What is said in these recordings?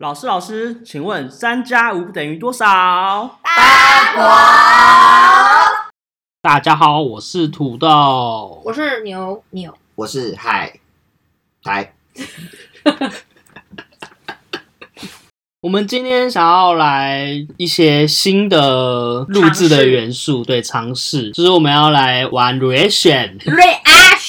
老师，老师，请问三加五等于多少？八婆，大家好，我是土豆。我是牛牛，我是海台， 我们今天想要来一些新的录制的尝试元素，对，尝试，就是我们要来玩 reaction。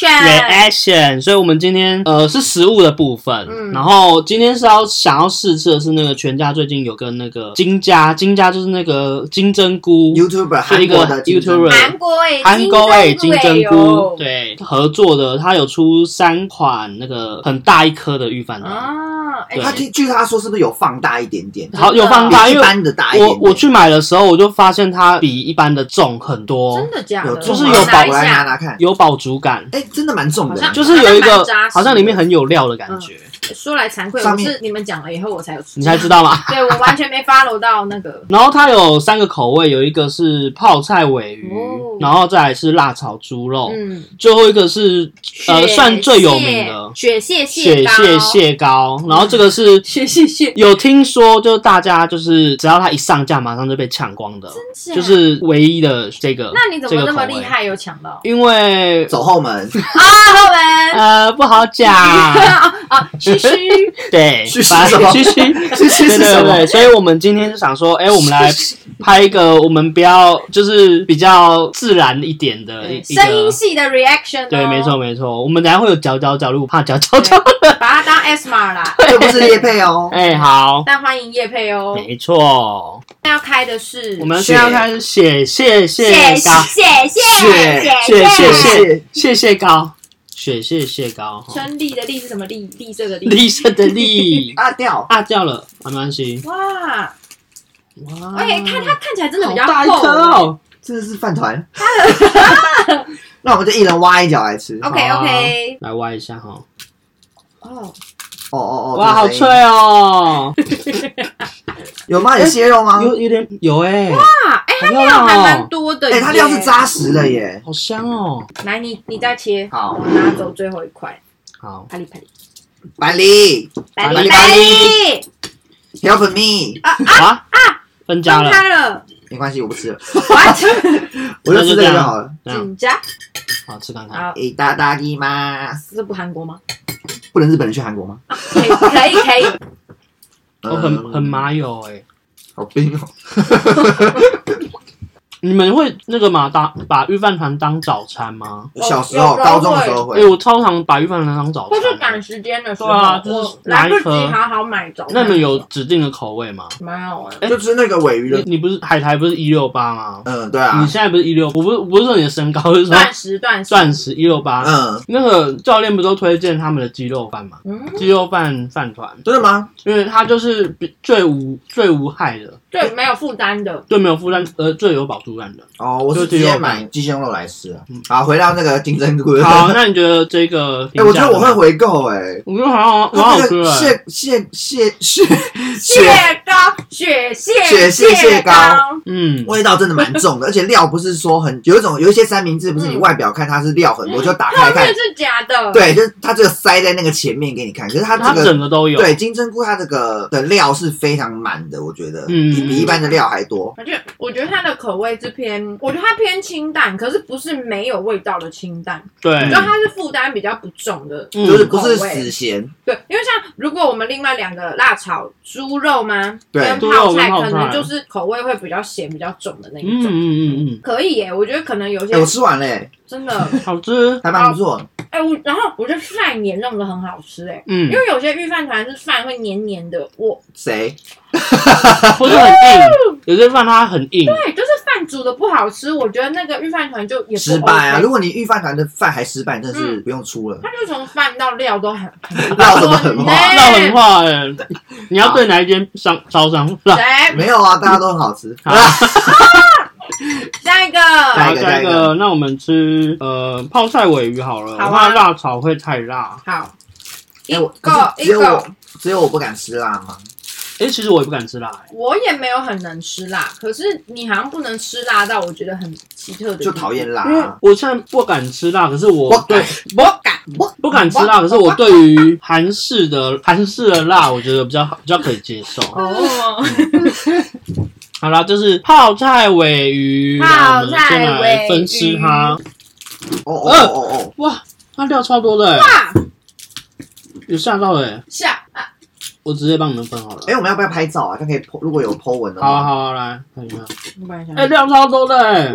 reaction， reaction，所以我们今天呃是食物的部分，嗯然后今天是要想要试吃的是那个全家最近有跟那个金家，金家就是那个金针菇 YouTuber 是一韩个国的竞争 YouTuber 韩国诶，韩国味金针菇哟，对合作的，它有出三款那个很大一颗的预饭团，啊，诶对他其实据据他说是不是有放大一点点？好有放大，比因一为般的大一点我点。我去买的时候我就发现它比一般的重很多真，的假有的？就是有重吗保我我拿一来拿下，拿看。有饱足感，哎，真的蛮重好像的，就是有一个 好像蛮扎实嗯的好像里面很有料的感觉，说来惭愧，上我面是你们讲了以后我才有吃你，才知道吗？。对我完全没 follow 到那个然后它有三个口味，有一个是泡菜尾鱼，哦然后再来是辣炒猪肉，嗯，最后一个是哦呃雪算最有蟹名的雪蟹雪糕蟹蟹膏，然后这个是。雪蟹蟹，有听说，就是大家就是只要它一上架，马上就被抢光的，真就假是唯一的这个。那你怎么这那个口么味厉？害？有抢到因为走后 门，啊，后门呃不好讲， 啊啊， 嘘嘘，对，是反什么嘘嘘，是是对是什对对，么？所以我们今天是想说，哎、我们 来拍一个，我们不要就是比较自然一点的呃一一声音个。系的 reaction，哦对，没错，没错，我们等下会有角角角路，怕角角角。把它当 S 码啦。这不是叶配哦。哎、好，但欢迎叶佩哦。没错，那要开的是我们现在要开始写谢谢谢谢膏，谢谢 谢谢谢谢谢谢膏，雪谢谢膏，春丽的丽是什么丽？绿色的丽。绿色的绿啊掉，啊掉了，啊没关系。哇，哇，而且看它看起来真的好比较大一颗厚。哦，真的是 饭团。那我们就一人挖一角来吃。哦 OK OK，来挖一下哈。哦，哦哦，哇，好这个声音！脆哦，有吗？有蟹肉吗？有有点有哎、哇，哎，它好漂料亮还蛮哦，多的耶。哎，它料是扎实的耶。好香哦。来，你你再切，好我拿走最后一块，好，啪里啪里，百丽啪啪里里啪里， ，Help me！啊分家分了，开了，没关系，我不吃了，我我就这吃这个就样好了。这样紧张。好吃看看。好，いただきます。这不韩国吗？不能日本人去韩国吗？嗯可以可以可以，哦，很很，麻油哎、欸好冰哦。你们会那个嘛，打把预饭团当早餐吗？小时候，高中的时候哎、会。我超常把预饭团当早或餐是欸、赶时间的时候，对啊就是我拿来不一颗及好好买走。那你们有指定的口味吗？没有哎？哎就吃那个尾鱼的，你你不是海苔不是一六八吗？嗯，对你啊，现在不是一六，我不是我不是说你的身高，我是说断食断食钻石一六八。嗯，那个教练不都推荐他们的鸡肉饭吗？嗯，鸡肉饭饭团，真的吗？因为它就是比最无最无害的，对，没有负担的。最没有负担，呃，最有饱足感的。哦，我是就直鸡接肉买鸡胸肉来吃啊。好，回到那个金针菇。 好，哎，那你觉得这个？我觉得我会，回购哎。我觉得好好，蛮好啊那吃欸个的。蟹蟹蟹 蟹蟹蟹膏，雪蟹，雪蟹蟹膏嗯，味道真的蛮重的，而且料不是说很有一种有一些三明治不是你嗯外表看它是料很多，就打开泡面看，是假的。，对，就是它这个塞在那个前面给你看，可是它它这个整个都有。对金针菇它这个的料是非常满的，我觉得嗯比比一般的料还多。而且我觉得它的口味是偏，我觉得它偏清淡，可是不是没有味道的清淡，对我嗯觉得它是负担比较不重的。嗯就是不是死咸，对，因为像如果我们另外两个辣炒猪肉吗？对跟猪肉泡跟菜泡可能菜就是口味会比较咸、比较重的那一嗯种。嗯嗯可以耶，我觉得可能有些哎，我吃完嘞、真的，嗯，好吃。还蛮不错。哎、我然后我觉得饭也弄得很好吃哎，嗯因，为有些预饭团是饭会黏黏的，我谁？不是很 硬，有些饭它很硬。对，哎就是饭煮的不好吃，我觉得那个预饭团就也不失败啊！ OK 如果你预饭团的饭还失败，真的是嗯不用出了。它就从饭到料都很啊很料怎 么很化很那很话哎，你要对哪一间商招商？好，谁？没有啊，大家都很好吃。下一个来好一个下下一一个，个那我们吃呃泡菜尾鱼好了，好啊我怕辣炒会太辣。好，一哎我个可是一只有个我，只有我不敢吃辣吗？哎、其实我也不敢吃辣、欸我也没有很能吃辣，可是你好像不能吃辣到我觉得很奇特的地就方，讨厌辣因为嗯啊。我现在不敢吃辣，可是我我对我敢。我不敢吃辣，可是我对于韩式的韩式的辣，我觉得比较好，比较可以接受。哦，好啦，就是泡菜尾鱼，那我们先来分吃它。嗯哦哦哦哦哦，哇，它料超多的、欸， 哇，有吓到的、欸，下啊，我直接帮你们分好了。哎，我们要不要拍照啊？这样可以 po- 如果有 po 文的好啊话，好啊，来看一下，我本来想哎、料超多的、欸，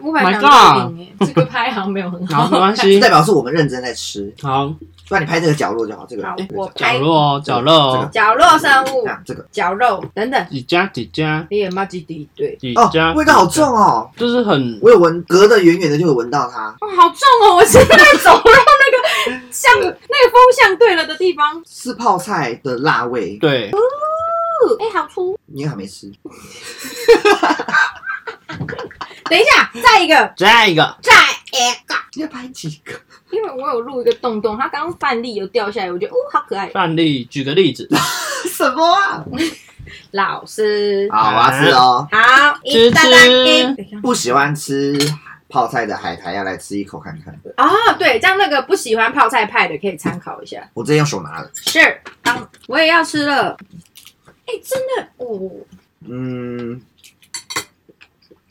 我本来 My 想录影欸诶，这个拍好像没有很好，好。没关就系，代表是我们认真在吃。好，不然你拍这个角落就好，这个好这个我角绞肉哦，绞肉哦， 角落生物这、样这个绞肉等等，几家几家你也骂几滴对，几家，哦，味道好重，哦，就是很我有闻，隔得远远的就有闻到它。哦，好重哦！我现在走到那个 像那个风向对了的地方，是泡菜的辣味，对，呃哎、好粗！你还没吃，等一下，再一个，再一个，再一个，你要拍几个？ 因为我有录一个洞洞，它刚刚饭粒有掉下来，我觉得哦，好可爱。范例举个例子，什么啊？老师，好，我要吃啊哦。好，吃一大大一吃等一下不喜欢吃泡菜的海苔要来吃一口看看。哦，对，这样那个不喜欢泡菜派的可以参考一下。我直接用手拿了。是，当我也要吃了。哎、真的，哦，嗯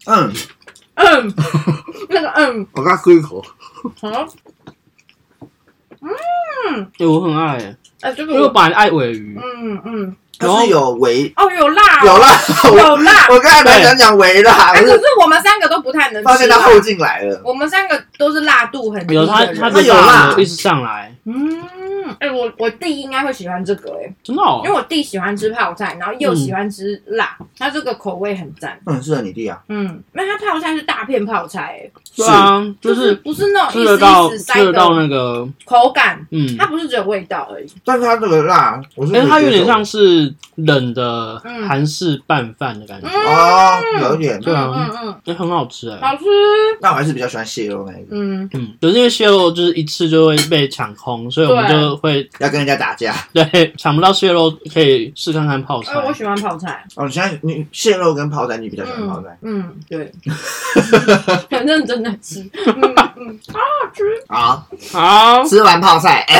嗯，嗯，那个嗯，我刚喝一口。好，哎、我很爱、欸，哎、这因为我个，本来爱尾鱼，嗯嗯，然它后是有微哦，有辣，有辣，我有辣，我刚才本来想讲微啊辣，哎、可可是是我们三个都不太能吃辣，啊发现它后劲来了。我们三个都是辣度很低有它的人它它的有辣辣一直上来，嗯，哎、我我弟应该会喜欢这个、哎，真的、哦嗯因为，我弟喜欢吃泡菜，然后又喜欢吃辣，他这个口味很赞。那很适合你弟啊，嗯，那他泡菜是大片泡菜、哎，对啊，就是是不是那种吃一得丝到一丝吃塞得到的那个，口感，嗯，它不是只有味道而已。但是它这个辣，我是因哎为它有点像像是冷的嗯韩式拌饭的感觉，哦，有一点。对啊嗯嗯也很好吃哎、嗯，好吃。那我还是比较喜欢蟹肉那一个，嗯，嗯，可是因为蟹肉就是一次就会被抢空，所以我们对就会要跟人家打架。对抢不到蟹肉，可以试看看泡菜哎、。我喜欢泡菜。哦，你现在你蟹肉跟泡菜，你比较喜欢泡菜嗯， 对，很认真的吃。嗯嗯，好好吃，好，好，吃完泡菜，哎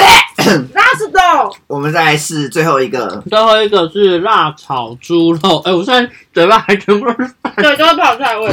辣死豆。我们再来试最后一个。最后一个是辣炒猪肉，哎、我现在嘴巴还全部都是，对，都是泡菜味。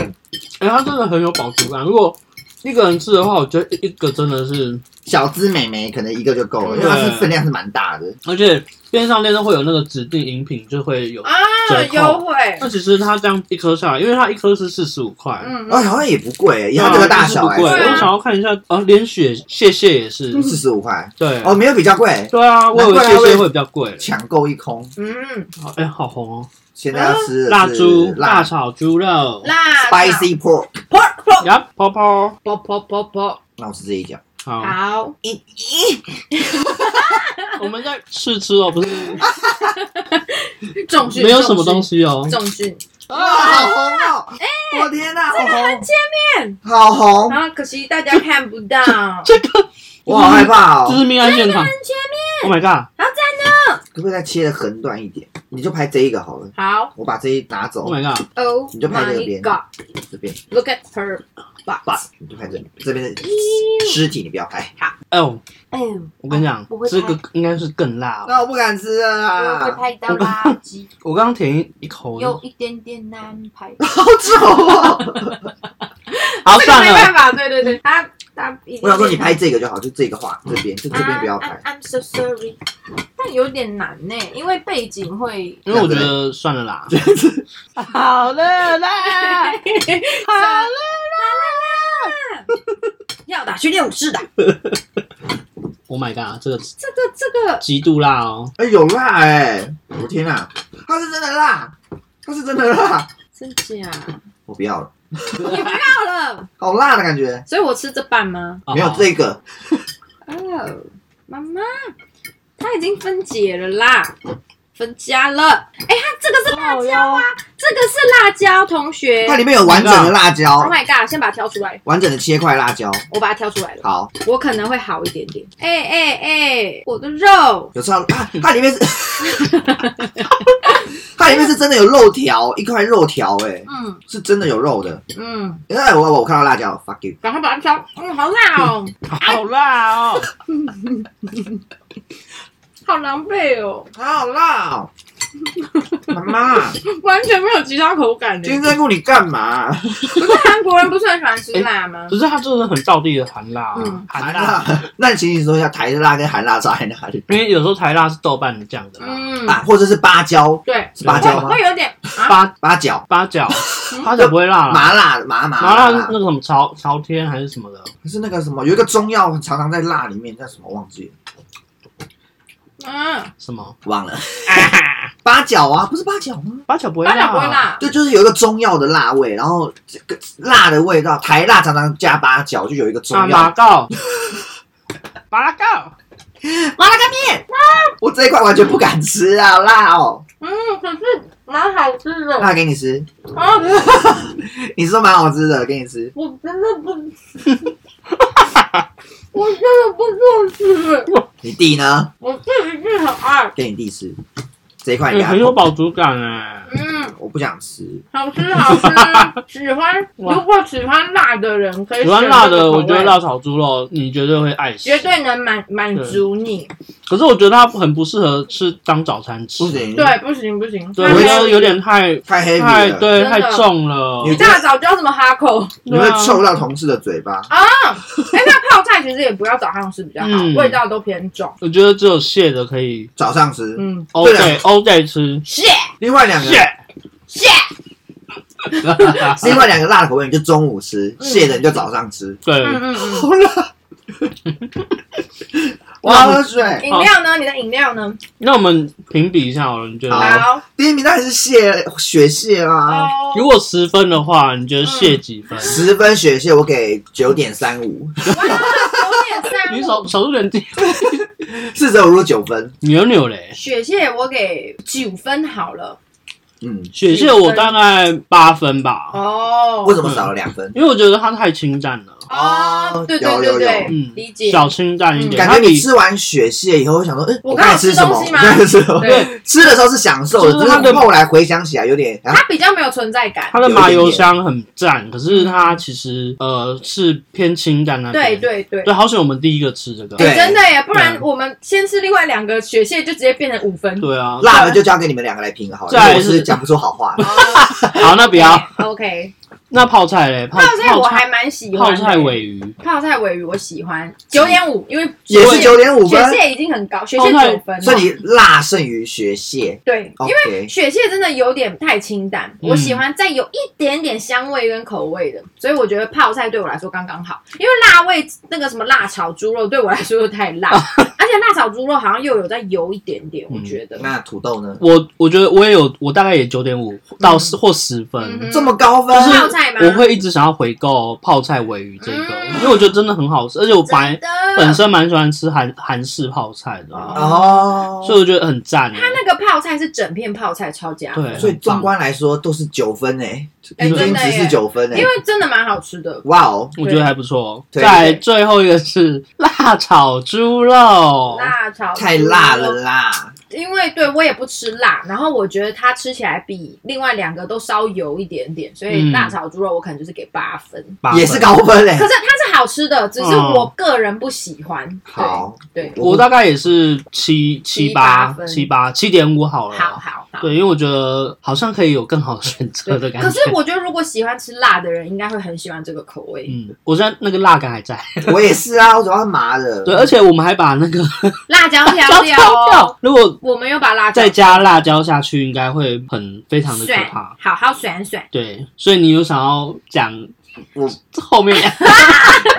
哎、它真的很有饱足感。如果一个人吃的话，我觉得一个真的是，小资美眉可能一个就够了，因为它是分量是蛮大嗯的。而且便利商店都会有那个指定饮品，就会有。啊，折扣优惠。那其实它这样一颗下来，因为它一颗是四十五块，嗯，哦，嗯好像也不贵，以它这个大小来对啊，对啊我想说，要看一下，啊，连雪蟹蟹也是，四十五块。对，哦，没有比较贵，对啊，我以为难怪它蟹会蟹会比较贵。抢购一空。嗯，好哎，好红哦，现在要吃的是辣猪辣辣炒猪肉，辣 spicy pork。 pork pork 呀，泡泡， pork pork pork pork。那我吃这一脚，好，好，咦咦，我们在试吃哦，不是重训没有什么东。西哦重训，重训，啊，好红哦！哎我天哪，好红，前面，好红，然啊后可惜大家看不到，这个我好害怕这哦。是命案现场前，Oh my god，可不可以再切的横断一点？你就拍这一个好了，面好我把这一拿走 o h，my god， ，Oh 你就拍这 my 边 God，Look 这边 at her butt， butt，你就拍这里，这边的尸体你不要拍。哎呦，哎呦，我跟你讲我会，这个应该是更辣哦。那我不敢吃了我会啦，拍到垃圾，我刚刚舔一一口，有一点点难拍。 好丑哦！好这个算没办了，法，对对对，他他一定我想说你拍这个就好，就这个画这边，就这边不要啊拍。 I'm I'm so sorry，但有点难呢，因为背景会。因为我觉得算了啦，好了啦，啊 好了。要打去练武士的， ，Oh my god，这个这个这个极度辣哦，哎，有辣哎！我天哪，它是真的辣，它是真的辣，真假？我不要了，到了，好辣的感觉。所以我吃这半吗？哦没有这个，哦，妈妈，它已经分解了啦，分家了。哎，它这个是辣椒啊，这个是辣椒，同学。它里面有完整的辣椒 Oh，my god！先把它挑出来，完整的切块辣椒。我把它挑出来了，好，我可能会好一点点。哎哎哎，我的肉，有吃到啊？它里面是因为是真的有肉条，一块肉条，哎，嗯是真的有肉的。嗯，哎，我我我看到辣椒，fuck you，赶快把它烧，嗯，好辣哦，好辣哦！好狼狈哦，好辣、哦！妈妈，完全没有其他口感的。金针菇你干嘛？不是韩国人不是很喜欢吃辣吗？可是它真的很道地的啊韩辣嗯，韩辣，， 那你请你说一下台辣跟韩辣差在哪里因为有时候台辣是豆瓣酱的啦，嗯，啊？或者是芭蕉，对，是芭叫蕉会吗？会有点啊，八八角，八 角，八角不会辣啦，麻辣麻麻麻辣是辣，那个什么朝朝天还是什么的，可是那个什么，有一个中药常常在辣里面，叫什么忘记了，嗯，什 么忘了。八角啊，不是八角吗？八角不会啊八辣，角不会，辣，对，就是有一个中药的辣味，然后这个辣的味道，台辣常常加八角，就有一个中啊药。马 告，麻辣告，麻辣干面，我这一块完全不敢吃啊，辣哦！嗯，可是蛮好吃的啊辣给你吃，，我你说蛮好吃的，给你吃。我真的不，我真的不重视，你弟呢？我自己是很爱，给你弟吃，这一块你欸给他很有饱足感哎，嗯，我不想吃。好吃好吃，喜欢，如果喜欢辣的人可以喜选欢辣这个的，口我味觉得辣炒猪肉你绝对会爱死绝，对能满满足你，可是我觉得它很不适合吃当早餐吃不，行，对，不行不行，对，太我觉油得有点太太 heavy 太了，哎对啊真的太重了，啊一大早就要什么 哈口。你会臭到同事的嘴巴。哎、那泡菜其实也不要早上吃比较好，嗯味道都偏重。我觉得只有蟹的可以早上吃，嗯， all 对啊 day all day 吃蟹另外两个蟹，蟹，另外两个辣的口味你就中午吃，嗯蟹的你就早上吃。 对，嗯嗯嗯。好 辣！我要喝水。饮料呢？你的饮料呢？那我们评比一下好了，你觉好得好，第一名当然是蟹，雪蟹啦，哦，如果十分的话，你觉得嗯蟹几分？十分雪蟹我给九点三五，九点三你五手。手有点低，四舍五入九分。扭扭嘞。雪蟹我给九分好了。嗯，雪蟹我大概八分吧，哦为什么少了两分？因为我觉得它太清淡了，哦，对对有有对对，嗯，理解。嗯小清淡一点。感它觉你比吃完雪蟹以后，会想说，嗯，我刚才刚好吃吃什么？东我西吗刚才吃什么？对， 吃的时候是享受的，就只是它的是后来回想起来有点啊它比较没有存在感。它的麻油香很赞，可是它其实呃是偏清淡那嗯对边。对对。对，好险我们第一个吃这个。对哎真的耶，不然对我们先吃另外两个雪蟹，就直接变成五分。对啊，辣的，就交给你们两个来评好了，再来因为我是是讲不出好话。 哦好那不要。 OK，那泡菜嘞，泡泡菜我泡还蛮喜泡欢的。菜尾鱼，泡菜尾鱼我喜欢九点五，因为也是九九点五分雪，蟹已经很高，雪蟹泡菜九分了，所以你辣胜于雪蟹。对，因 OK，为雪蟹真的有点太清淡，嗯我喜欢再有一点点香味跟口味的，所以我觉得泡菜对我来说刚刚好，因为辣味那个什么辣炒猪肉对我来说又太辣，而且辣炒猪肉好像又有再油一点点，我觉得。那土豆呢？我我觉得我也有，我大概也九点五到10或十分嗯，哼这么高分，泡菜吗？我会一直想要回购泡菜尾鱼这个，嗯因为我觉得真的很好吃，而且我本来真的本身蛮喜欢吃韩韩式泡菜的，啊哦，所以我觉得很赞啊耶。它那个泡菜是整片泡菜超加分，对，所以纵观来说都是九分诶，哎平真均的值耶是九分因诶为。真的蛮好吃的。哇哦，我觉得还不错。对再来最后一个是辣炒猪肉，辣炒太猪辣肉了啦！因为对我也不吃辣，然后我觉得它吃起来比另外两个都稍油一点点，所以嗯辣炒猪肉我可能就是给八分。八分也是。高分欸诶可。是它是好吃的，只是我个人不喜欢。好，对，对，我大概也是七七七八八分七八七点五好了。好好好。对，因为我觉得好像可以有更好的选择的对感觉。可是我觉得如果喜欢吃辣的人，应该会很喜欢这个口味。嗯，我现在那个辣感还在。我也是啊，我主要是麻的。对，而且我们还把那个辣椒 调椒料料哦，，如果我们又把辣椒再加辣椒下去，应该会很非常的可选怕。好好选选。对，所以你有想要讲我后面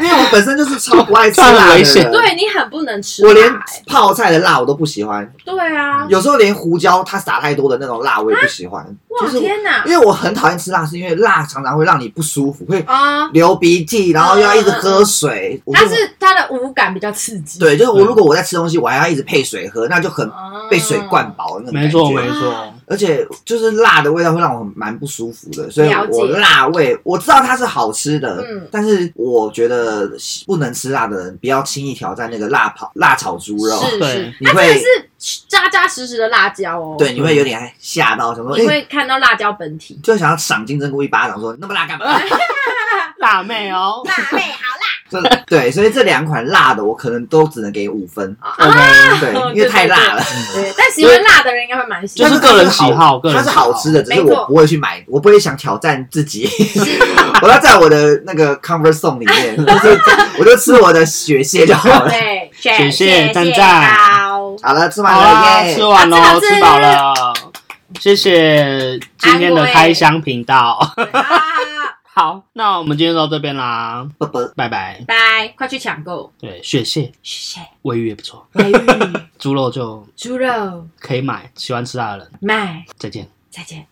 因为我本身就是超不爱吃太辣的危险人，对你很不能吃辣、我连嗯欸泡菜的辣我都不喜欢，对啊，有时候连胡椒它撒太多的那种辣我也不喜欢。哇就是天哪！因为我很讨厌吃辣，是因为辣常常会让你不舒服，会啊，流鼻涕，然后又要一直喝水。我它就是它的五感比较刺激。对，就是我对如果我在吃东西，我还要一直配水喝，那就很啊，被水灌饱的那 没种错感没觉。错，而且就是辣的味道会让我蛮不舒服的，所以了解我辣味我知道它是好吃的，嗯但是我觉得不能吃辣的人不要轻易挑战那个辣跑辣炒猪肉，是对是，你它真的会是扎扎实实的辣椒哦。对，你会有点吓到，想说，你哎、会看到辣椒本体。就想要赏金针菇一巴掌，说那么辣干嘛？辣妹哦辣妹好辣 这对，所以这两款辣的我可能都只能给五分， ，OK， 对哦，因为太辣了。对，但喜欢辣的人应该会蛮喜就欢。是个人喜好个它人喜是好好吃的，只是没错我不会去买，我不会想挑战自己。 我要在我的那个 comfort zone 里面，就是我就吃我的雪蟹就好 了。对，谢谢谢赞赞 好好了，吃完好啊啦，了耶吃！完喽，好吃好吃吃饱了。谢谢今天的开箱频道。啊， 好， 那我们今天到这边啦，啵啵拜拜。拜，快去抢购，对，雪蟹谢谢。尾鱼也不错，白玉、猪肉就猪肉、可以买，喜欢吃辣的人麦，再见。再见。